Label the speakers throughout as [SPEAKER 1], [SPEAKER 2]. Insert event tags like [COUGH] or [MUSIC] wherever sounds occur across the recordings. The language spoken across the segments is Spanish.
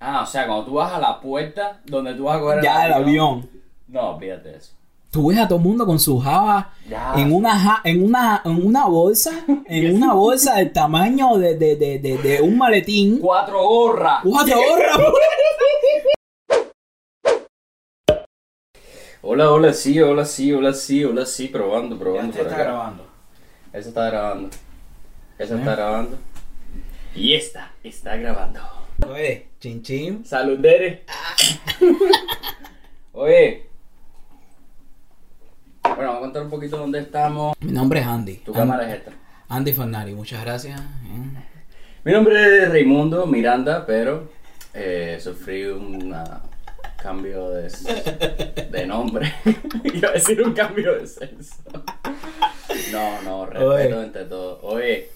[SPEAKER 1] Ah, o sea, cuando tú vas a la puerta donde tú vas a coger
[SPEAKER 2] Ya el avión.
[SPEAKER 1] No, olvídate de eso.
[SPEAKER 2] Tú ves a todo el mundo con su java
[SPEAKER 1] Ya.
[SPEAKER 2] en una ja- en una en una bolsa, en una bolsa del tamaño de, de, de, de, de un maletín.
[SPEAKER 1] Cuatro gorras.
[SPEAKER 2] ¡Cuatro horas!
[SPEAKER 1] Hola, hola, sí, hola, sí, hola, sí, hola, sí, probando, probando.
[SPEAKER 3] Este
[SPEAKER 1] por
[SPEAKER 3] está
[SPEAKER 1] acá.
[SPEAKER 3] grabando.
[SPEAKER 1] Esa está grabando. Esa está grabando. ¿Eh? Y esta está grabando.
[SPEAKER 2] Oye, chin chin.
[SPEAKER 1] Salud, Dere. [LAUGHS] Oye. Bueno, vamos a contar un poquito dónde estamos.
[SPEAKER 2] Mi nombre es Andy.
[SPEAKER 1] Tu
[SPEAKER 2] An-
[SPEAKER 1] cámara es esta.
[SPEAKER 2] Andy Fornari, muchas gracias. Eh,
[SPEAKER 1] Mi nombre es Raimundo Miranda, pero eh, sufrí un ah, cambio de, de nombre. [LAUGHS] Iba a decir un cambio de sexo. No, no, respeto
[SPEAKER 2] Oye.
[SPEAKER 1] entre todos. Oye,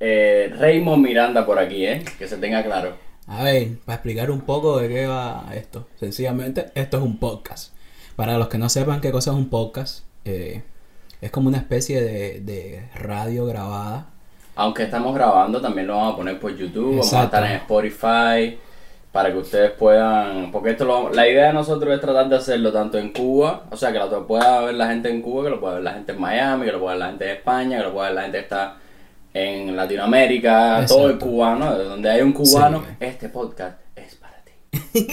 [SPEAKER 1] eh, Raymond Miranda por aquí, ¿eh? Que se tenga claro.
[SPEAKER 2] A ver, para explicar un poco de qué va esto. Sencillamente, esto es un podcast. Para los que no sepan qué cosa es un podcast, eh, es como una especie de, de radio grabada.
[SPEAKER 1] Aunque estamos grabando, también lo vamos a poner por YouTube, vamos a
[SPEAKER 2] Exacto.
[SPEAKER 1] estar en Spotify, para que ustedes puedan, porque esto lo- la idea de nosotros es tratar de hacerlo tanto en Cuba, o sea, que lo pueda ver la gente en Cuba, que lo pueda ver la gente en Miami, que lo pueda ver la gente en España, que lo pueda ver la gente que está en Latinoamérica, todo el
[SPEAKER 2] Exacto.
[SPEAKER 1] cubano, de donde hay un cubano,
[SPEAKER 2] Sí.
[SPEAKER 1] este podcast es para ti.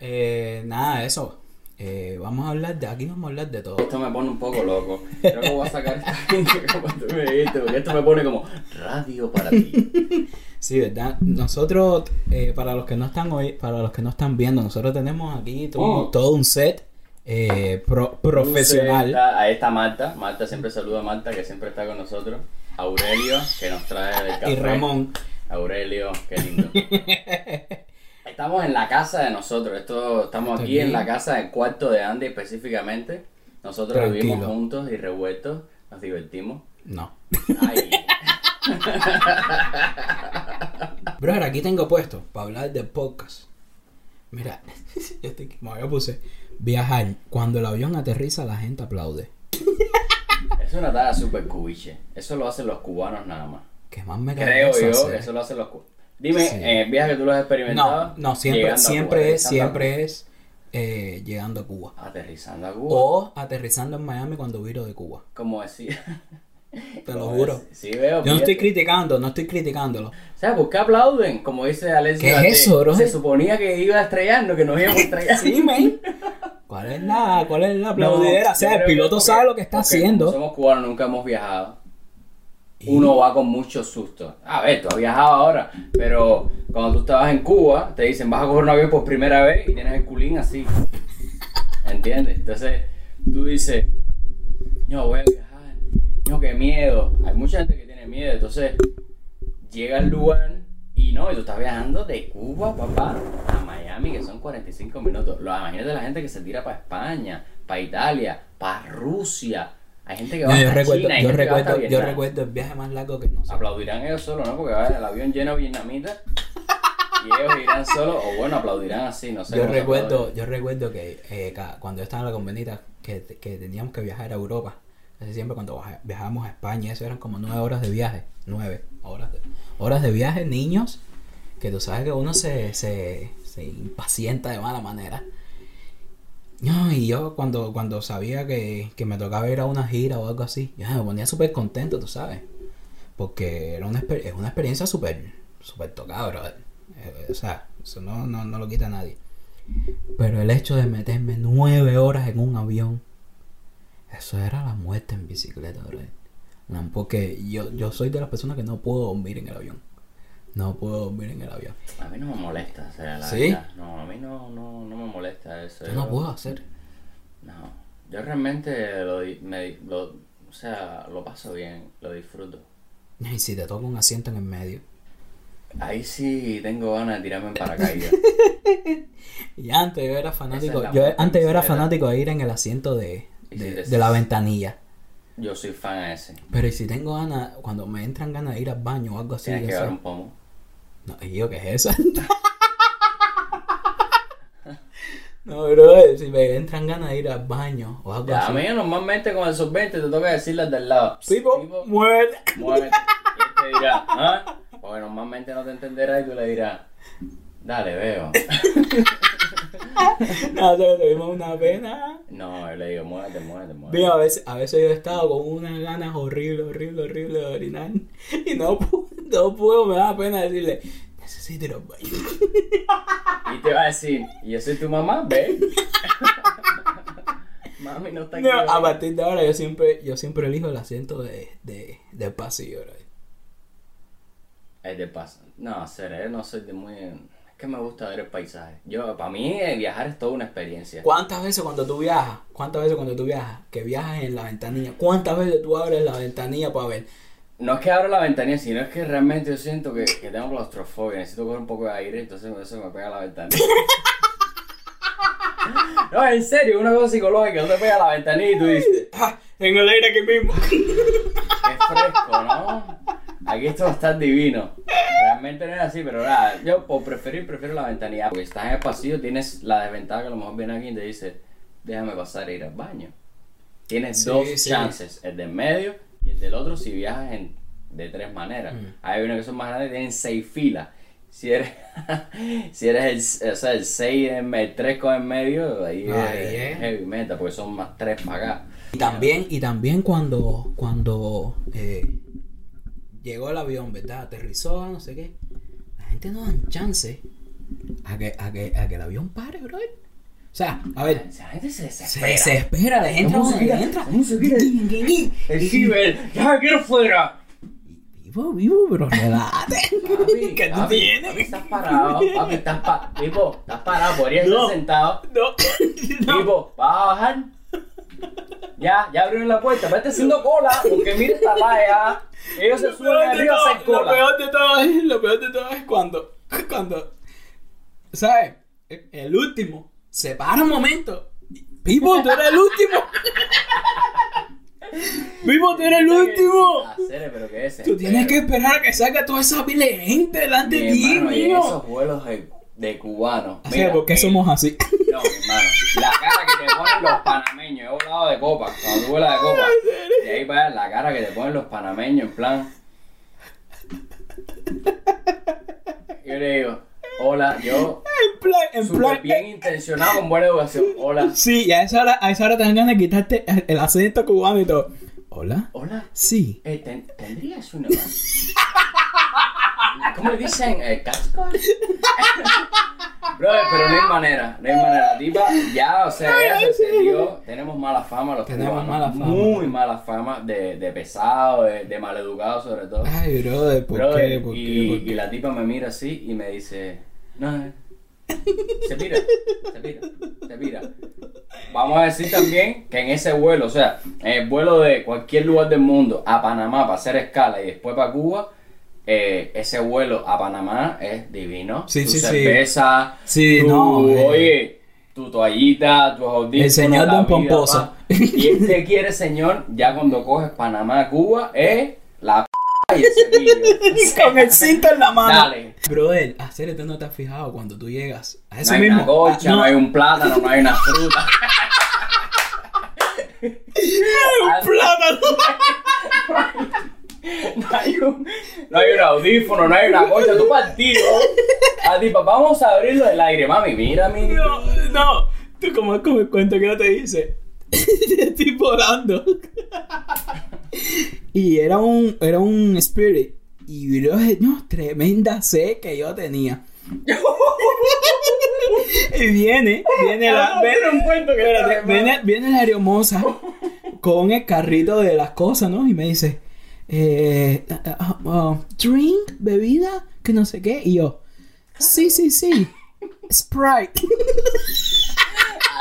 [SPEAKER 2] Eh, nada, de eso. Eh, vamos a hablar de aquí, vamos a hablar de todo.
[SPEAKER 1] Esto me pone un poco loco. Creo que voy a sacar [LAUGHS] esta gente como tú me dijiste, porque esto me pone como radio para ti.
[SPEAKER 2] Sí, verdad. Nosotros, eh, para los que no están hoy, para los que no están viendo, nosotros tenemos aquí todo,
[SPEAKER 1] Oh.
[SPEAKER 2] todo un set eh, pro-
[SPEAKER 1] Entonces,
[SPEAKER 2] profesional.
[SPEAKER 1] está- ahí está Marta. Marta siempre saluda a Marta, que siempre está con nosotros. Aurelio, que nos trae el café.
[SPEAKER 2] y Ramón.
[SPEAKER 1] Aurelio, qué
[SPEAKER 2] [LAUGHS]
[SPEAKER 1] lindo. estamos en la casa de nosotros. Esto, estamos
[SPEAKER 2] Está
[SPEAKER 1] aquí
[SPEAKER 2] bien.
[SPEAKER 1] en la casa del cuarto de Andy específicamente. Nosotros
[SPEAKER 2] Tranquilo.
[SPEAKER 1] vivimos juntos y revueltos. Nos divertimos.
[SPEAKER 2] No.
[SPEAKER 1] Ay, [LAUGHS]
[SPEAKER 2] Brother, aquí tengo puesto para hablar de podcast. Mira, [LAUGHS] yo estoy, como yo puse, viajar. Cuando el avión aterriza, la gente aplaude.
[SPEAKER 1] es una tarea súper cubiche. Eso lo hacen los cubanos nada más.
[SPEAKER 2] Que más me
[SPEAKER 1] Creo
[SPEAKER 2] cansa
[SPEAKER 1] yo
[SPEAKER 2] hacer.
[SPEAKER 1] que eso lo hacen los cubanos. Dime,
[SPEAKER 2] Sí.
[SPEAKER 1] eh, viaje que tú lo has experimentado.
[SPEAKER 2] No, no, siempre,
[SPEAKER 1] llegando a Cuba,
[SPEAKER 2] siempre es,
[SPEAKER 1] aterrizando a
[SPEAKER 2] siempre es eh, llegando a Cuba.
[SPEAKER 1] Cuba. Aterrizando a Cuba.
[SPEAKER 2] O aterrizando en Miami cuando viro de Cuba.
[SPEAKER 1] Como decía.
[SPEAKER 2] Te lo juro.
[SPEAKER 1] Sí, veo.
[SPEAKER 2] Yo no estoy
[SPEAKER 1] fíjate.
[SPEAKER 2] criticando, no estoy criticándolo.
[SPEAKER 1] O sea, ¿por qué aplauden? Como dice Alexis.
[SPEAKER 2] ¿Qué es
[SPEAKER 1] Valdés.
[SPEAKER 2] eso, bro?
[SPEAKER 1] Se suponía que iba a estrellarnos, que nos íbamos a estrellar.
[SPEAKER 2] Sí,
[SPEAKER 1] [LAUGHS]
[SPEAKER 2] men. ¿Cuál es la, cuál es la aplaudidera? o
[SPEAKER 1] yo
[SPEAKER 2] sea, el
[SPEAKER 1] creo que
[SPEAKER 2] piloto
[SPEAKER 1] porque-
[SPEAKER 2] sabe lo que está
[SPEAKER 1] porque
[SPEAKER 2] haciendo.
[SPEAKER 1] Somos cubanos, nunca hemos viajado. Uno va con mucho susto. A ver, tú has viajado ahora, pero cuando tú estabas en Cuba, te dicen, vas a coger un avión por primera vez y tienes el culín así. ¿Entiendes? Entonces, tú dices, no, voy a viajar. No, qué miedo. Hay mucha gente que tiene miedo. Entonces, llega al lugar y no, y tú estás viajando de Cuba, papá, a Miami, que son 45 minutos. Lo, imagínate la gente que se tira para España, para Italia, para Rusia. Hay gente que va
[SPEAKER 2] No, yo
[SPEAKER 1] hasta
[SPEAKER 2] recuerdo,
[SPEAKER 1] China, hay
[SPEAKER 2] yo
[SPEAKER 1] gente que va
[SPEAKER 2] recuerdo,
[SPEAKER 1] hasta
[SPEAKER 2] yo
[SPEAKER 1] Vietnam.
[SPEAKER 2] recuerdo el viaje más largo que no sé.
[SPEAKER 1] Aplaudirán ellos solo, ¿no? Porque va el avión lleno de vietnamitas. Y ellos irán solo, o bueno, aplaudirán así, no sé.
[SPEAKER 2] Yo
[SPEAKER 1] cómo se aplauden.
[SPEAKER 2] recuerdo, yo recuerdo que eh, ca- cuando yo estaba en la convenita, que, que teníamos que viajar a Europa. Casi siempre cuando baja- viajábamos a España, eso eran como nueve horas de viaje. Nueve horas de, horas de viaje, niños, que tú sabes que uno se, se, se impacienta de mala manera. No, y yo cuando, cuando sabía que, que me tocaba ir a una gira o algo así, yo me ponía súper contento, tú sabes. Porque era una, exper- es una experiencia súper súper tocada, brother. Eh, o sea, eso no, no, no lo quita nadie. Pero el hecho de meterme nueve horas en un avión, eso era la muerte en bicicleta, brother. No, porque yo, yo soy de las personas que no puedo dormir en el avión. No puedo dormir en el avión.
[SPEAKER 1] A mí no me molesta, o sea, la
[SPEAKER 2] ¿Sí?
[SPEAKER 1] verdad. No, a mí no, no, no me molesta eso.
[SPEAKER 2] Yo no puedo hacer.
[SPEAKER 1] No, yo realmente lo, di- me, di- lo, o sea, lo paso bien, lo disfruto.
[SPEAKER 2] Y si te toca un asiento en el medio.
[SPEAKER 1] Ahí sí tengo ganas de tirarme en paracaídas.
[SPEAKER 2] [LAUGHS] Y antes yo era
[SPEAKER 1] Esa
[SPEAKER 2] fanático,
[SPEAKER 1] es la
[SPEAKER 2] yo
[SPEAKER 1] muerte en
[SPEAKER 2] antes yo era
[SPEAKER 1] bicicleta.
[SPEAKER 2] fanático de ir en el asiento de,
[SPEAKER 1] Y si
[SPEAKER 2] de-
[SPEAKER 1] te-
[SPEAKER 2] de la ventanilla.
[SPEAKER 1] Yo soy fan a ese.
[SPEAKER 2] Pero y si tengo ganas, cuando me entran ganas de ir al baño o algo así,
[SPEAKER 1] Tienes
[SPEAKER 2] yo
[SPEAKER 1] que
[SPEAKER 2] sé-
[SPEAKER 1] dar un pomo.
[SPEAKER 2] No, ¿y yo qué es eso? [LAUGHS] no, bro, si me entran ganas de ir al baño o algo
[SPEAKER 1] Ya, pues, a
[SPEAKER 2] así.
[SPEAKER 1] mí normalmente con el solvente te toca decirle al del lado.
[SPEAKER 2] Pipo,
[SPEAKER 1] Pipo,
[SPEAKER 2] [LAUGHS] muerde.
[SPEAKER 1] muévete. Y él te dirá, ¿ah? Porque normalmente no te entenderá y tú le dirás, Dale,
[SPEAKER 2] [LAUGHS]
[SPEAKER 1] veo.
[SPEAKER 2] Nosotros tuvimos una pena.
[SPEAKER 1] No, yo le digo, muévete, muévete, muévete.
[SPEAKER 2] Digo, a veces, a veces yo he estado con unas ganas horrible, horrible, horrible de orinar. Y no [LAUGHS] puedo, no puedo, me da pena decirle, necesito ir al baño.
[SPEAKER 1] Y te va a decir, yo soy tu mamá,
[SPEAKER 2] [LAUGHS]
[SPEAKER 1] ve. [LAUGHS] Mami, no está aquí.
[SPEAKER 2] No, ah,
[SPEAKER 1] hoy.
[SPEAKER 2] a partir de ahora yo siempre, yo siempre elijo el asiento de, de, del pasillo, bro.
[SPEAKER 1] Es de paso. No, seré, no soy de muy. Es que me gusta ver el paisaje. Yo, para mí, eh, viajar es toda una experiencia.
[SPEAKER 2] ¿Cuántas veces cuando tú viajas? ¿Cuántas veces cuando tú viajas? Que viajas en la ventanilla. ¿Cuántas veces tú abres la ventanilla para ver?
[SPEAKER 1] No es que abra la ventanilla, sino es que realmente yo siento que, que tengo claustrofobia. Necesito coger un poco de aire, entonces eso me pega a la ventanilla. No, en serio, una cosa psicológica. Tú te pegas a la ventanilla y tú dices,
[SPEAKER 2] Ah, en el aire aquí mismo. [LAUGHS]
[SPEAKER 1] es fresco, ¿no? Aquí esto va a estar divino. Realmente no es así, pero nada, yo por preferir, prefiero la ventanilla. Porque estás en el pasillo, tienes la desventaja que a lo mejor viene alguien y te dice, déjame pasar e ir al baño. Tienes
[SPEAKER 2] Sí,
[SPEAKER 1] dos
[SPEAKER 2] sí.
[SPEAKER 1] chances, el del medio y el del otro si viajas en- de tres maneras.
[SPEAKER 2] Mm.
[SPEAKER 1] Hay unos que son más grandes y tienen seis filas. Si eres, [LAUGHS] si eres el, o sea, el 6 en me- el 3 con el medio, ahí
[SPEAKER 2] Ahí
[SPEAKER 1] es
[SPEAKER 2] es.
[SPEAKER 1] heavy metal, porque son más tres para acá.
[SPEAKER 2] Y también, y también cuando, cuando eh, llegó el avión, ¿verdad? Aterrizó, no sé qué. La gente no dan chance a que, a que, a que el avión pare, bro. O sea, a ver,
[SPEAKER 1] O sea, la gente se
[SPEAKER 2] se
[SPEAKER 1] desespera.
[SPEAKER 2] desespera, la gente no
[SPEAKER 1] Vamos a
[SPEAKER 2] se
[SPEAKER 1] ir a-
[SPEAKER 2] entra.
[SPEAKER 1] vamos a ir a- El ciber, ya me quiero fuera.
[SPEAKER 2] Vivo, vivo, pero [LAUGHS] relájate.
[SPEAKER 1] Papi,
[SPEAKER 2] ¿Qué tú
[SPEAKER 1] papi,
[SPEAKER 2] tienes?
[SPEAKER 1] papi, Estás parado, papi, estás pa tipo, estás parado, podrías
[SPEAKER 2] No.
[SPEAKER 1] estar sentado.
[SPEAKER 2] [LAUGHS] No,
[SPEAKER 1] Tipo, vas a bajar. Ya, ya abrieron la puerta, vete haciendo cola, porque mira esta playa. Ellos se suben
[SPEAKER 2] peor de
[SPEAKER 1] arriba a hacer
[SPEAKER 2] todo- lo
[SPEAKER 1] cola.
[SPEAKER 2] peor de todo es, lo peor de todo es cuando, [LAUGHS] cuando, ¿sabes? El último se para un momento. Vivo, tú eres el último.
[SPEAKER 1] [LAUGHS]
[SPEAKER 2] Vivo, tú eres el último.
[SPEAKER 1] Ah, serio, pero qué es
[SPEAKER 2] Tú tienes que
[SPEAKER 1] espero.
[SPEAKER 2] esperar a que salga toda esa pila de gente delante de
[SPEAKER 1] Mi
[SPEAKER 2] ti,
[SPEAKER 1] hermano, y
[SPEAKER 2] mío.
[SPEAKER 1] esos vuelos de, de cubanos.
[SPEAKER 2] O
[SPEAKER 1] Mira, eh,
[SPEAKER 2] sea, ¿por qué
[SPEAKER 1] mira.
[SPEAKER 2] somos así? [LAUGHS]
[SPEAKER 1] No, mi hermano. La cara que te ponen los panameños. He volado de copa. Cuando tú vuelas de copa. De ahí para allá, la cara que te ponen los panameños, en plan. Yo le digo, hola, yo.
[SPEAKER 2] En plan, en
[SPEAKER 1] Súper
[SPEAKER 2] plan. eh,
[SPEAKER 1] bien intencionado con buena educación. Hola.
[SPEAKER 2] Sí, y a esa hora, a esa hora te dan ganas de quitarte el, el acento cubano y todo. ¿Hola?
[SPEAKER 1] Hola.
[SPEAKER 2] Sí.
[SPEAKER 1] Eh, ten- ¿Tendrías una [LAUGHS] más? ¿Cómo le dicen? Eh, ¿Casco? [LAUGHS] Brother, pero no hay manera, no hay manera. La tipa ya, o sea, ella se sentió. Tenemos mala fama los
[SPEAKER 2] Tenemos
[SPEAKER 1] cubanos.
[SPEAKER 2] mala fama.
[SPEAKER 1] Muy mala fama de, de pesado, de, de maleducado sobre todo.
[SPEAKER 2] Ay, brother, ¿por
[SPEAKER 1] Brother,
[SPEAKER 2] qué? ¿Por
[SPEAKER 1] y,
[SPEAKER 2] qué? ¿Por qué?
[SPEAKER 1] y la tipa me mira así y me dice, no, eh, se pira, se pira, se pira. Vamos a decir también que en ese vuelo, o sea, en el vuelo de cualquier lugar del mundo a Panamá para hacer escala y después para Cuba, eh, ese vuelo a Panamá es divino.
[SPEAKER 2] Sí,
[SPEAKER 1] tu
[SPEAKER 2] sí, sí.
[SPEAKER 1] cerveza,
[SPEAKER 2] Sí,
[SPEAKER 1] tu-
[SPEAKER 2] no, eh. [LAUGHS]
[SPEAKER 1] oye, tu toallita, tus audífonos.
[SPEAKER 2] El señor
[SPEAKER 1] la
[SPEAKER 2] Don
[SPEAKER 1] vida,
[SPEAKER 2] Pomposo.
[SPEAKER 1] pa. Y este quiere, señor, ya cuando coges Panamá, Cuba, es la p y el cepillo.
[SPEAKER 2] Con el cinto en la mano.
[SPEAKER 1] Dale.
[SPEAKER 2] Brother, a serio, tú no te has fijado cuando tú llegas a eso
[SPEAKER 1] no hay
[SPEAKER 2] mismo.
[SPEAKER 1] una concha,
[SPEAKER 2] Ah,
[SPEAKER 1] no. hay un plátano, no hay una fruta. [LAUGHS]
[SPEAKER 2] ¡Eh,
[SPEAKER 1] Ah.
[SPEAKER 2] un plátano. [LAUGHS]
[SPEAKER 1] No hay un, no hay un audífono, no hay una concha. Tú partido. A ti, papá, vamos a abrirlo del aire. Mami, mira, mi.
[SPEAKER 2] No, no. Tú como, como el cuento que no te dice. [LAUGHS] Estoy volando. [LAUGHS] y era un, era un spirit. Y brother, no, tremenda sed que yo tenía. [LAUGHS] y viene, viene la.
[SPEAKER 1] Era un cuento que
[SPEAKER 2] Espérate,
[SPEAKER 1] era-
[SPEAKER 2] viene, viene la hermosa con el carrito de las cosas, ¿no? Y me dice, eh, ah, ah, drink, bebida, que no sé qué. Y yo, sí, sí, sí, Sprite.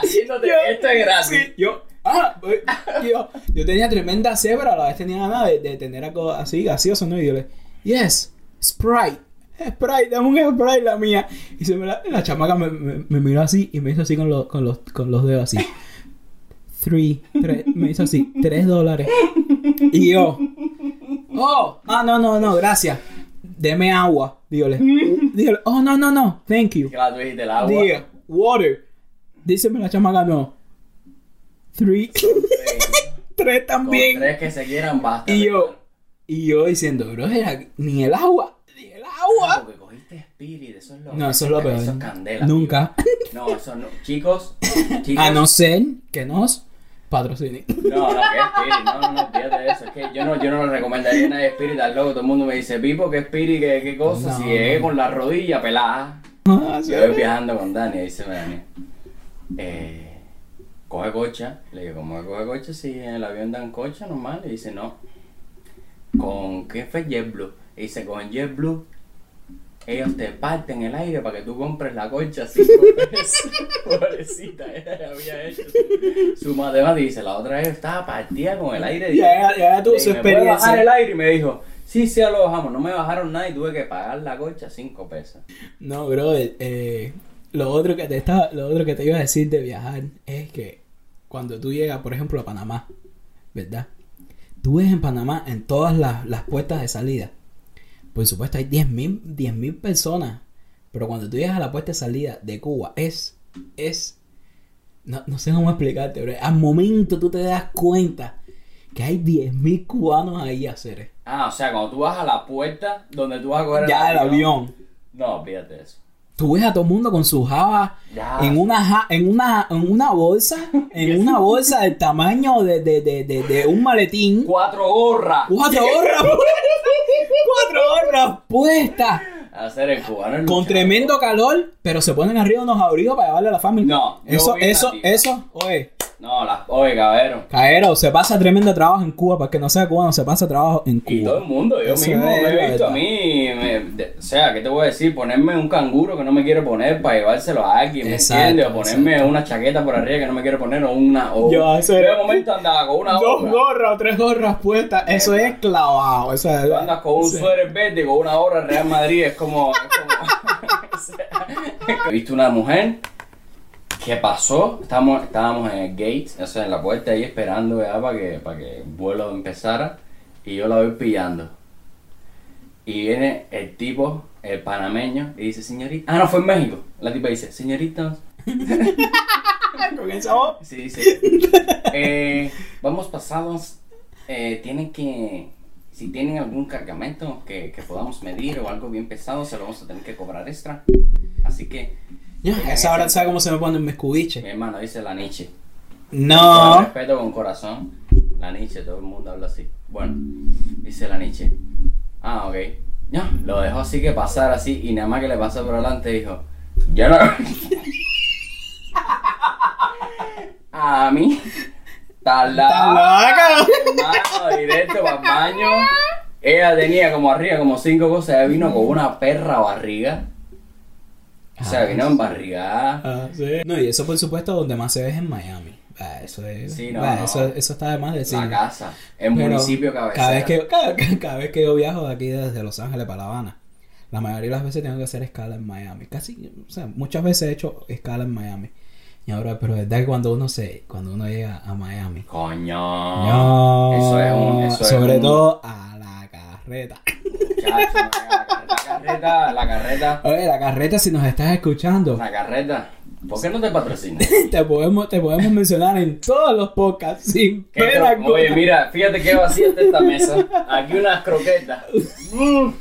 [SPEAKER 1] Haciéndote esto es gratis.
[SPEAKER 2] Sí, yo, ah, eh, yo, yo tenía tremenda sed, pero a la vez tenía ganas de, de tener algo así gaseoso, ¿no? Y yo le, yes, Sprite. Sprite, dame un Sprite la mía. Y se me la, la chamaca me, me- me miró así y me hizo así con, los- con, los, con los dedos así. Three, tres, me hizo así, tres dólares. Y yo, oh, ah, no, no, no, gracias. Deme agua, dígale. Dígale, oh, no, no, no, thank you.
[SPEAKER 1] Claro, tú dijiste el agua.
[SPEAKER 2] Diga, water. Díseme la chamaca, no. Three.
[SPEAKER 1] Sí.
[SPEAKER 2] [LAUGHS] tres
[SPEAKER 1] Con
[SPEAKER 2] también.
[SPEAKER 1] tres que se quieran, basta.
[SPEAKER 2] Y yo, y yo diciendo, bro, era- ni el ah, agua, ni el agua.
[SPEAKER 1] Porque cogiste spirit, eso es lo
[SPEAKER 2] No, eso es lo peor.
[SPEAKER 1] Eso es candela.
[SPEAKER 2] Nunca.
[SPEAKER 1] No, eso no.
[SPEAKER 2] [LAUGHS]
[SPEAKER 1] Chicos, chicos.
[SPEAKER 2] A no ser que nos patrocinen.
[SPEAKER 1] No, no, que es Spirit, no, no, no, fíjate de eso. Es que yo no, yo no le recomendaría a nadie Spirit al loco. Todo el mundo me dice, Pipo, ¿qué Spirit? ¿Qué, qué cosa?
[SPEAKER 2] No,
[SPEAKER 1] si llegué
[SPEAKER 2] no.
[SPEAKER 1] con la rodilla pelada.
[SPEAKER 2] [LAUGHS] Ah, sí.
[SPEAKER 1] Yo voy viajando con Dani, dice Dani. Eh, coge cocha. Le digo, ¿cómo que coge cocha? Si en el avión dan cocha normal. Y dice, no. ¿Con qué fue JetBlue? Y dice, con JetBlue. Ellos te parten el aire para que tú compres la cocha así. [LAUGHS] Pobrecita, ella había hecho su- su matemática. Dice, la otra vez estaba partida con el aire.
[SPEAKER 2] Y ella- ella tuvo
[SPEAKER 1] Le
[SPEAKER 2] su
[SPEAKER 1] dije, "¿Me puede bajar el
[SPEAKER 2] experiencia.
[SPEAKER 1] aire? Y me dijo, sí, sí, lo bajamos. No me bajaron nada y tuve que pagar la cocha 5 pesos.
[SPEAKER 2] No, bro, eh, lo, otro que te estaba, lo otro que te iba a decir de viajar es que cuando tú llegas, por ejemplo, a Panamá, ¿verdad? Tú ves en Panamá, en todas las, las puertas de salida, por supuesto hay 10.000 10.000 personas, pero cuando tú llegas a la puerta de salida de Cuba, es, es, no, no sé cómo explicarte, pero al momento tú te das cuenta que hay 10.000 cubanos ahí a hacer.
[SPEAKER 1] Ah, o sea, cuando tú vas a la puerta donde tú vas a coger
[SPEAKER 2] Ya el avión.
[SPEAKER 1] No, fíjate eso.
[SPEAKER 2] Tú ves a todo el mundo con su java
[SPEAKER 1] Ya.
[SPEAKER 2] en una, ja- en una en una bolsa,
[SPEAKER 1] [LAUGHS]
[SPEAKER 2] en una bolsa del tamaño de, de, de, de, de un maletín.
[SPEAKER 1] Cuatro gorras.
[SPEAKER 2] Cuatro
[SPEAKER 1] [LAUGHS]
[SPEAKER 2] gorras, pues. cuatro gorras puestas,
[SPEAKER 1] Hacer el cubano. el
[SPEAKER 2] con
[SPEAKER 1] luchador.
[SPEAKER 2] tremendo calor, pero se ponen arriba unos abrigos para llevarle a la familia.
[SPEAKER 1] No, yo
[SPEAKER 2] eso,
[SPEAKER 1] vi una
[SPEAKER 2] eso,
[SPEAKER 1] tipa.
[SPEAKER 2] eso, oye,
[SPEAKER 1] No, las. Oye, cabrón.
[SPEAKER 2] caero, se pasa tremendo trabajo en Cuba, para el que no sea cubano, se pasa trabajo en
[SPEAKER 1] Y todo el
[SPEAKER 2] Cuba.
[SPEAKER 1] mundo, yo
[SPEAKER 2] Eso
[SPEAKER 1] mismo
[SPEAKER 2] es
[SPEAKER 1] me
[SPEAKER 2] la
[SPEAKER 1] he visto a
[SPEAKER 2] verdad.
[SPEAKER 1] mí. me- de- o sea, ¿qué te voy a decir? Ponerme un canguro que no me quiero poner para llevárselo a alguien, ¿me
[SPEAKER 2] Exacto,
[SPEAKER 1] entiendes? O ponerme una chaqueta por arriba que no me quiero poner o una. O,
[SPEAKER 2] Yo, eso
[SPEAKER 1] Yo
[SPEAKER 2] era-
[SPEAKER 1] de momento andaba con
[SPEAKER 2] [LAUGHS]
[SPEAKER 1] una
[SPEAKER 2] Dos
[SPEAKER 1] gorra.
[SPEAKER 2] gorras, tres gorras puestas, eso es clavado. Eso es,
[SPEAKER 1] Tú andas con un
[SPEAKER 2] sí.
[SPEAKER 1] suéter verde y con una hora Real Madrid, es como. es como- [LAUGHS] o sea, He visto una mujer que pasó, estábamos, estábamos en el gate, o sea, en la puerta ahí esperando ¿verdad? para que, para que el vuelo empezara, y yo la voy pillando. Y viene el tipo, el panameño, y dice, señorita. Ah, no, fue en México. La tipa dice, señorita.
[SPEAKER 2] Con esa voz.
[SPEAKER 1] Sí, dice. eh, vamos pasados. eh, tienen que. Si tienen algún cargamento que, que podamos medir o algo bien pesado, se lo vamos a tener que cobrar extra. Así que,
[SPEAKER 2] Ya, esa hora sabe cómo se me ponen mis cubiches.
[SPEAKER 1] mi hermano dice la Nietzsche. Con
[SPEAKER 2] No.
[SPEAKER 1] respeto, con corazón. La Nietzsche, todo el mundo habla así. Bueno, dice la Nietzsche. Ah, ok. Ya, lo dejó así que pasar así y nada más que le pasó por adelante dijo, ya no... [LAUGHS] A mí,
[SPEAKER 2] Está
[SPEAKER 1] talada,
[SPEAKER 2] loca.
[SPEAKER 1] hermano, directo para el baño. este Ella tenía como arriba como cinco cosas, ella vino con una perra barriga. O sea, vino en barrigada.
[SPEAKER 2] Ah, sí. No, y eso por supuesto donde más se ve es en Miami. Ah, eso es.
[SPEAKER 1] Sí, no,
[SPEAKER 2] ah,
[SPEAKER 1] no.
[SPEAKER 2] Eso, eso está de más decir.
[SPEAKER 1] La casa, en
[SPEAKER 2] Pero
[SPEAKER 1] municipio cabecera.
[SPEAKER 2] Cada vez, que, cada, [LAUGHS] cada vez que yo viajo de aquí desde Los Ángeles para La Habana, la mayoría de las veces tengo que hacer escala en Miami. Casi, o sea, muchas veces he hecho escala en Miami. Y ahora, pero es verdad que cuando uno se, cuando uno llega a Miami.
[SPEAKER 1] Coño.
[SPEAKER 2] No,
[SPEAKER 1] Eso es un. Eso
[SPEAKER 2] sobre
[SPEAKER 1] es un-
[SPEAKER 2] todo a la carreta.
[SPEAKER 1] Chacho, la carreta, la carreta.
[SPEAKER 2] Oye, la carreta, si nos estás escuchando,
[SPEAKER 1] La carreta. ¿Por qué no te patrocinas?
[SPEAKER 2] [LAUGHS] te podemos, te podemos mencionar en todos los podcasts sin
[SPEAKER 1] Que
[SPEAKER 2] pena
[SPEAKER 1] cro- Oye,
[SPEAKER 2] alguna.
[SPEAKER 1] mira, fíjate qué vacía está esta mesa. Aquí unas croquetas. Mm,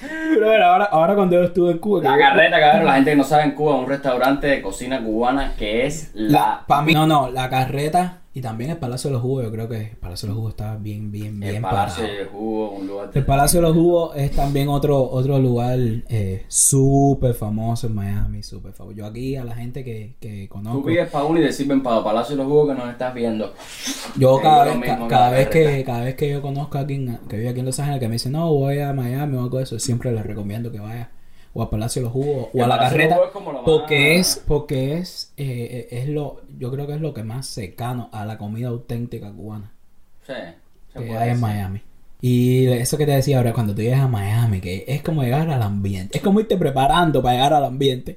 [SPEAKER 2] Pero bueno, ahora, ahora cuando yo estuve en Cuba,
[SPEAKER 1] La
[SPEAKER 2] que-
[SPEAKER 1] carreta, cabrón, la gente que no sabe en Cuba, un restaurante de cocina cubana que es la.
[SPEAKER 2] la, pa' mí, no, no, la carreta y también el Palacio de los Jugos, yo creo que el Palacio de los Jugos está bien, bien, bien
[SPEAKER 1] el Palacio
[SPEAKER 2] parado.
[SPEAKER 1] de Jugo, un lugar.
[SPEAKER 2] El Palacio de los Jugos es también otro, otro lugar eh, súper famoso en Miami, súper famoso. Yo aquí a la gente que, que
[SPEAKER 1] Tú
[SPEAKER 2] conozco,
[SPEAKER 1] pides para uno y te sirven para Palacio de los Jugos que nos estás viendo.
[SPEAKER 2] yo
[SPEAKER 1] Te
[SPEAKER 2] cada
[SPEAKER 1] digo
[SPEAKER 2] vez,
[SPEAKER 1] lo
[SPEAKER 2] ca-
[SPEAKER 1] mismo que
[SPEAKER 2] cada
[SPEAKER 1] la
[SPEAKER 2] vez que
[SPEAKER 1] carreta.
[SPEAKER 2] cada vez que yo conozco a alguien que vive aquí en Los Ángeles que me dice, no, voy a Miami o algo de eso, siempre les recomiendo que vaya o al Palacio de los Jugos
[SPEAKER 1] El
[SPEAKER 2] o a la
[SPEAKER 1] Palacio de los
[SPEAKER 2] carreta.
[SPEAKER 1] Jugos es como lo más-
[SPEAKER 2] Porque es, porque es, eh, eh, es lo, yo creo que es lo que más cercano a la comida auténtica cubana
[SPEAKER 1] Sí. se
[SPEAKER 2] que
[SPEAKER 1] puede
[SPEAKER 2] hay en
[SPEAKER 1] decir.
[SPEAKER 2] Miami. Y eso que te decía ahora, cuando tú llegas a Miami, que es como llegar al ambiente, es como irte preparando para llegar al ambiente.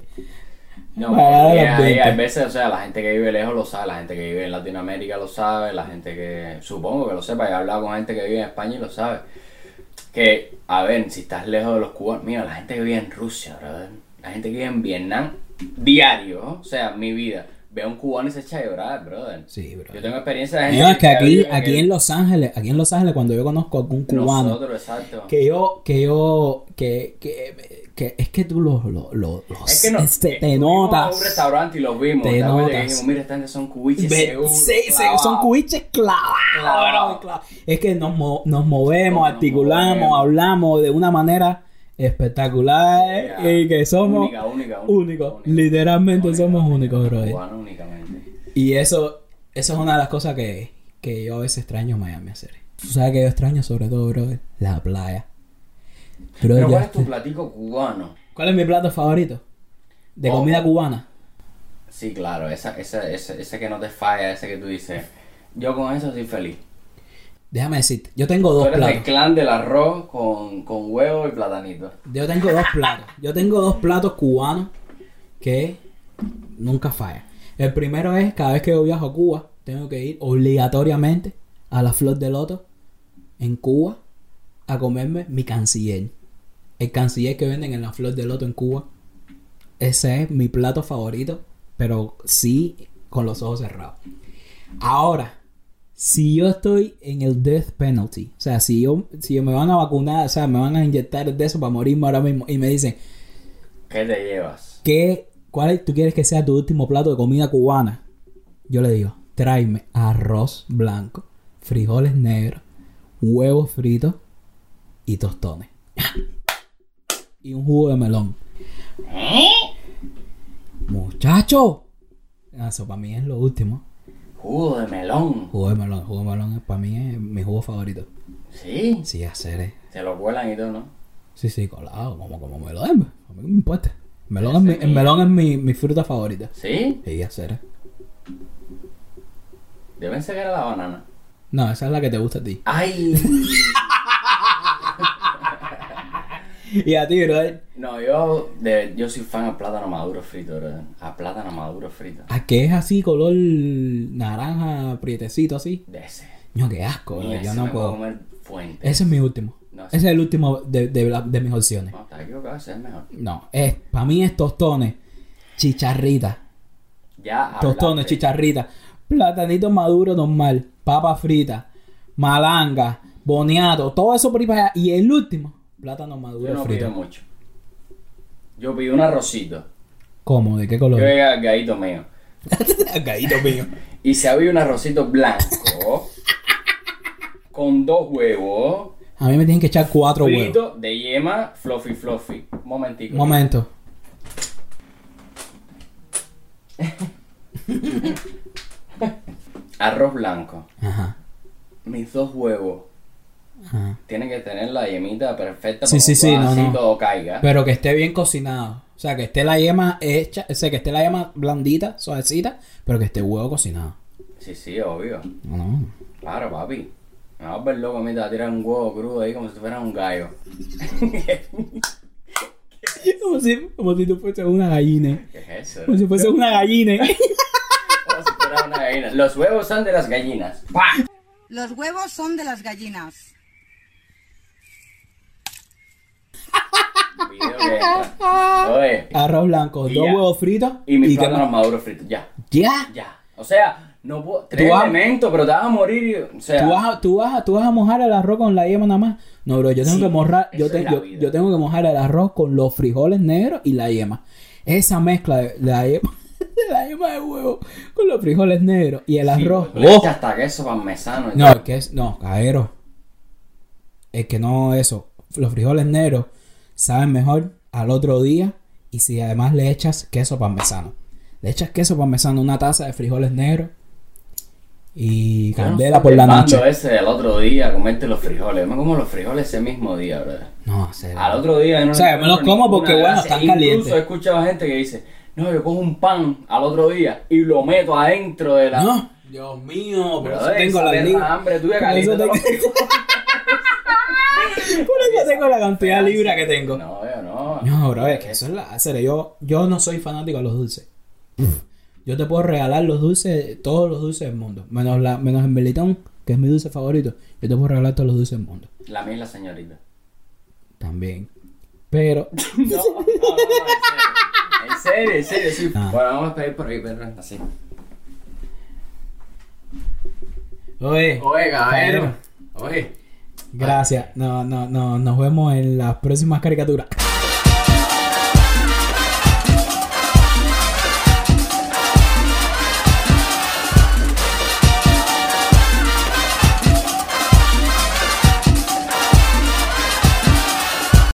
[SPEAKER 1] No,
[SPEAKER 2] Para
[SPEAKER 1] porque
[SPEAKER 2] dar
[SPEAKER 1] hay-
[SPEAKER 2] las
[SPEAKER 1] hay,
[SPEAKER 2] ventas.
[SPEAKER 1] hay veces, o sea, la gente que vive lejos lo sabe, la gente que vive en Latinoamérica lo sabe, la gente que, supongo que lo sepa, he hablado con gente que vive en España y lo sabe. Que, a ver, si estás lejos de los cubanos, mira, la gente que vive en Rusia, brother, la gente que vive en Vietnam, diario, ¿no? o sea, mi vida. ve a un cubano y se echa a llorar, brother.
[SPEAKER 2] Sí, bro.
[SPEAKER 1] Yo tengo experiencia de gente
[SPEAKER 2] No, es que
[SPEAKER 1] ha
[SPEAKER 2] aquí,
[SPEAKER 1] vivido
[SPEAKER 2] aquí en Los Ángeles, aquí en Los Ángeles, cuando yo conozco a algún cubano
[SPEAKER 1] Nosotros, exacto.
[SPEAKER 2] que yo, que yo, que, que, que es que tú los, los, los,
[SPEAKER 1] Es que no, eh,
[SPEAKER 2] este, te
[SPEAKER 1] fuimos a un
[SPEAKER 2] notas.
[SPEAKER 1] restaurante y los vimos.
[SPEAKER 2] Te
[SPEAKER 1] ¿te acuerdas? Y
[SPEAKER 2] notas.
[SPEAKER 1] dijimos, mira, esta gente son cubiches.
[SPEAKER 2] Ve-
[SPEAKER 1] seguro,
[SPEAKER 2] sí, sí,
[SPEAKER 1] clavados".
[SPEAKER 2] son cuiches clavados.
[SPEAKER 1] Clavados.
[SPEAKER 2] clavados. Es que nos, mo- nos movemos,
[SPEAKER 1] Nos
[SPEAKER 2] articulamos,
[SPEAKER 1] movemos.
[SPEAKER 2] hablamos de una manera espectacular
[SPEAKER 1] Yeah.
[SPEAKER 2] eh, y que somos
[SPEAKER 1] Única, única, única,
[SPEAKER 2] únicos.
[SPEAKER 1] única.
[SPEAKER 2] Literalmente
[SPEAKER 1] Única,
[SPEAKER 2] somos
[SPEAKER 1] única.
[SPEAKER 2] únicos, bro.
[SPEAKER 1] Cubano únicamente.
[SPEAKER 2] Y eso, eso es una de las cosas que, que yo a veces extraño en Miami hacer. Tú sabes que yo extraño sobre todo, bro, la playa. Bro,
[SPEAKER 1] Pero
[SPEAKER 2] yo-
[SPEAKER 1] ¿cuál es tu platico cubano?
[SPEAKER 2] ¿Cuál es mi plato favorito? De
[SPEAKER 1] Oh.
[SPEAKER 2] comida cubana.
[SPEAKER 1] Sí, claro, esa, esa, esa, esa que no te falla, esa que tú dices. Yo con eso soy feliz.
[SPEAKER 2] Déjame decirte, yo tengo
[SPEAKER 1] Tú
[SPEAKER 2] dos
[SPEAKER 1] eres el
[SPEAKER 2] platos.
[SPEAKER 1] clan del arroz con, con huevo y platanito.
[SPEAKER 2] Yo tengo dos platos. Yo tengo dos platos cubanos que nunca fallan. El primero es, cada vez que yo viajo a Cuba, tengo que ir obligatoriamente a la Flor de Loto en Cuba a comerme mi canciller. El canciller que venden en la Flor de Loto en Cuba. Ese es mi plato favorito, pero sí con los ojos cerrados. Ahora, si yo estoy en el death penalty, o sea, si yo, si me van a vacunar, o sea, me van a inyectar de eso para morirme ahora mismo y me dicen,
[SPEAKER 1] ¿Qué te llevas?
[SPEAKER 2] ¿qué, ¿cuál tú quieres que sea tu último plato de comida cubana? Yo le digo, tráeme arroz blanco, frijoles negros, huevos fritos y tostones. [LAUGHS] y un jugo de melón. Muchacho, Ah, eso para mí es lo último.
[SPEAKER 1] Jugo de melón.
[SPEAKER 2] Jugo de melón, jugo de melón para mí es mi jugo favorito.
[SPEAKER 1] Sí,
[SPEAKER 2] Sí, hacer es.
[SPEAKER 1] se lo cuelan y todo, ¿no?
[SPEAKER 2] Sí, sí, colado, como, como melón. A mí qué me importa. El melón es, mi, el melón es mi, mi fruta favorita.
[SPEAKER 1] Sí,
[SPEAKER 2] Sí, ¿eh? hacer es.
[SPEAKER 1] yo pensé que era la banana.
[SPEAKER 2] No, esa es la que te gusta a ti.
[SPEAKER 1] ¡Ay!
[SPEAKER 2] Y a ti, brother.
[SPEAKER 1] No, yo, de- yo soy fan a plátano maduro frito, brother. A plátano maduro frito.
[SPEAKER 2] ¿A qué es así, color naranja, prietecito así?
[SPEAKER 1] De ese.
[SPEAKER 2] No, qué asco,
[SPEAKER 1] Ni
[SPEAKER 2] brother,
[SPEAKER 1] ese
[SPEAKER 2] Yo
[SPEAKER 1] me
[SPEAKER 2] no
[SPEAKER 1] puedo
[SPEAKER 2] puedo.
[SPEAKER 1] comer fuente.
[SPEAKER 2] Ese es mi último.
[SPEAKER 1] No,
[SPEAKER 2] Ese es el último de, de, la- de mis opciones.
[SPEAKER 1] No, está equivocado, ese es mejor.
[SPEAKER 2] No, es, para mí es tostones, chicharrita.
[SPEAKER 1] Ya hablaste.
[SPEAKER 2] Tostones, chicharrita, platanito maduro normal, papa frita, malanga, boniato, todo eso por ahí para allá. Y el último, plátano maduro
[SPEAKER 1] Yo no pido
[SPEAKER 2] frito.
[SPEAKER 1] mucho. Yo pido un arrocito.
[SPEAKER 2] ¿Cómo? ¿De qué color?
[SPEAKER 1] Yo
[SPEAKER 2] [LAUGHS]
[SPEAKER 1] llegué al gadito mío.
[SPEAKER 2] Gaito mío.
[SPEAKER 1] Y se había un arrocito
[SPEAKER 2] [LAUGHS]
[SPEAKER 1] blanco. con dos huevos.
[SPEAKER 2] A mí me tienen que echar cuatro
[SPEAKER 1] frito
[SPEAKER 2] huevos.
[SPEAKER 1] de yema, fluffy, fluffy. Un momentico.
[SPEAKER 2] Un momento.
[SPEAKER 1] Arroz blanco.
[SPEAKER 2] Ajá.
[SPEAKER 1] Mis dos huevos.
[SPEAKER 2] ajá.
[SPEAKER 1] Tienen que tener la yemita perfecta
[SPEAKER 2] Sí,
[SPEAKER 1] para
[SPEAKER 2] sí,
[SPEAKER 1] que
[SPEAKER 2] sí, no,
[SPEAKER 1] así
[SPEAKER 2] no.
[SPEAKER 1] todo caiga.
[SPEAKER 2] Pero que esté bien cocinado. O sea, que esté la yema hecha, o sea, que esté la yema blandita, suavecita, pero que esté huevo cocinado.
[SPEAKER 1] Sí, sí, obvio.
[SPEAKER 2] No, no.
[SPEAKER 1] Claro, papi. Me va a volver loco a mí, te va a tirar un huevo crudo ahí como si fuera un gallo. [LAUGHS]
[SPEAKER 2] Como si, como si tú fueses una gallina.
[SPEAKER 1] ¿Qué es eso?
[SPEAKER 2] Como si fuese una gallina.
[SPEAKER 1] Como si fuera una gallina. Los huevos son de las gallinas. ¡Pah!
[SPEAKER 3] Los huevos son de las gallinas.
[SPEAKER 1] Video que entra. Oye,
[SPEAKER 2] Arroz blanco,
[SPEAKER 1] Y
[SPEAKER 2] dos
[SPEAKER 1] ya.
[SPEAKER 2] huevos fritos
[SPEAKER 1] y mis
[SPEAKER 2] qué
[SPEAKER 1] plátanos
[SPEAKER 2] más?
[SPEAKER 1] maduros fritos. Ya,
[SPEAKER 2] Ya.
[SPEAKER 1] ya. O sea, no puedo. Tres
[SPEAKER 2] vas-
[SPEAKER 1] elementos, pero te vas a morir. y- o sea,
[SPEAKER 2] ¿Tú vas, a, tú, vas a, tú vas a mojar el arroz con la yema nada más. No, bro, yo tengo
[SPEAKER 1] Sí,
[SPEAKER 2] que mojar, yo,
[SPEAKER 1] eso
[SPEAKER 2] te-
[SPEAKER 1] es la
[SPEAKER 2] yo,
[SPEAKER 1] vida.
[SPEAKER 2] yo tengo que mojar el arroz con los frijoles negros y la yema. Esa mezcla de, de la yema, [LAUGHS] de la yema de huevo con los frijoles negros y el
[SPEAKER 1] sí,
[SPEAKER 2] arroz.
[SPEAKER 1] porque le
[SPEAKER 2] ¡Oh!
[SPEAKER 1] echa hasta queso parmesano. y
[SPEAKER 2] No,
[SPEAKER 1] tal.
[SPEAKER 2] es que es, no, caero. Es que no eso. Los frijoles negros saben mejor al otro día. Y si además le echas queso parmesano. Le echas queso parmesano, una taza de frijoles negros. Y
[SPEAKER 1] Yo no
[SPEAKER 2] candela
[SPEAKER 1] soy
[SPEAKER 2] por
[SPEAKER 1] del
[SPEAKER 2] la
[SPEAKER 1] bando
[SPEAKER 2] noche.
[SPEAKER 1] ese del otro día, comerte los frijoles. Yo me como los frijoles ese mismo día, brother.
[SPEAKER 2] No, se-
[SPEAKER 1] Al otro día yo no
[SPEAKER 2] O sea, yo me los
[SPEAKER 1] encuentro
[SPEAKER 2] como
[SPEAKER 1] ninguna
[SPEAKER 2] porque, bueno,
[SPEAKER 1] gracia.
[SPEAKER 2] están calientes.
[SPEAKER 1] Incluso he escuchado a gente que dice, no, yo cojo un pan al otro día y lo meto adentro de la...
[SPEAKER 2] No, Dios mío, por
[SPEAKER 1] Pero
[SPEAKER 2] eso tengo
[SPEAKER 1] esa
[SPEAKER 2] la
[SPEAKER 1] perra
[SPEAKER 2] libra.
[SPEAKER 1] hambre tuya
[SPEAKER 2] [LAUGHS] Por eso
[SPEAKER 1] calienta
[SPEAKER 2] tengo-
[SPEAKER 1] los frijoles.
[SPEAKER 2] Por eso tengo la cantidad de libra que tengo.
[SPEAKER 1] No, yo no.
[SPEAKER 2] No, bro, es que eso es la en serio, Yo, yo no soy fanático de los dulces. Yo te puedo regalar los dulces, todos los dulces del mundo. Menos, la, menos el melitón, que es mi dulce favorito. Yo te puedo regalar todos los dulces del mundo.
[SPEAKER 1] La mía es la señorita.
[SPEAKER 2] También. Pero,
[SPEAKER 1] No, no, no, en serio. En serio, en serio, sí.
[SPEAKER 2] Ah.
[SPEAKER 1] Bueno, vamos a pedir por ahí, perro. Así.
[SPEAKER 2] Oye,
[SPEAKER 1] [LAUGHS] Oye, caballero.
[SPEAKER 2] caballero,
[SPEAKER 1] Oye.
[SPEAKER 2] Gracias. No, no, no, nos vemos en las próximas caricaturas.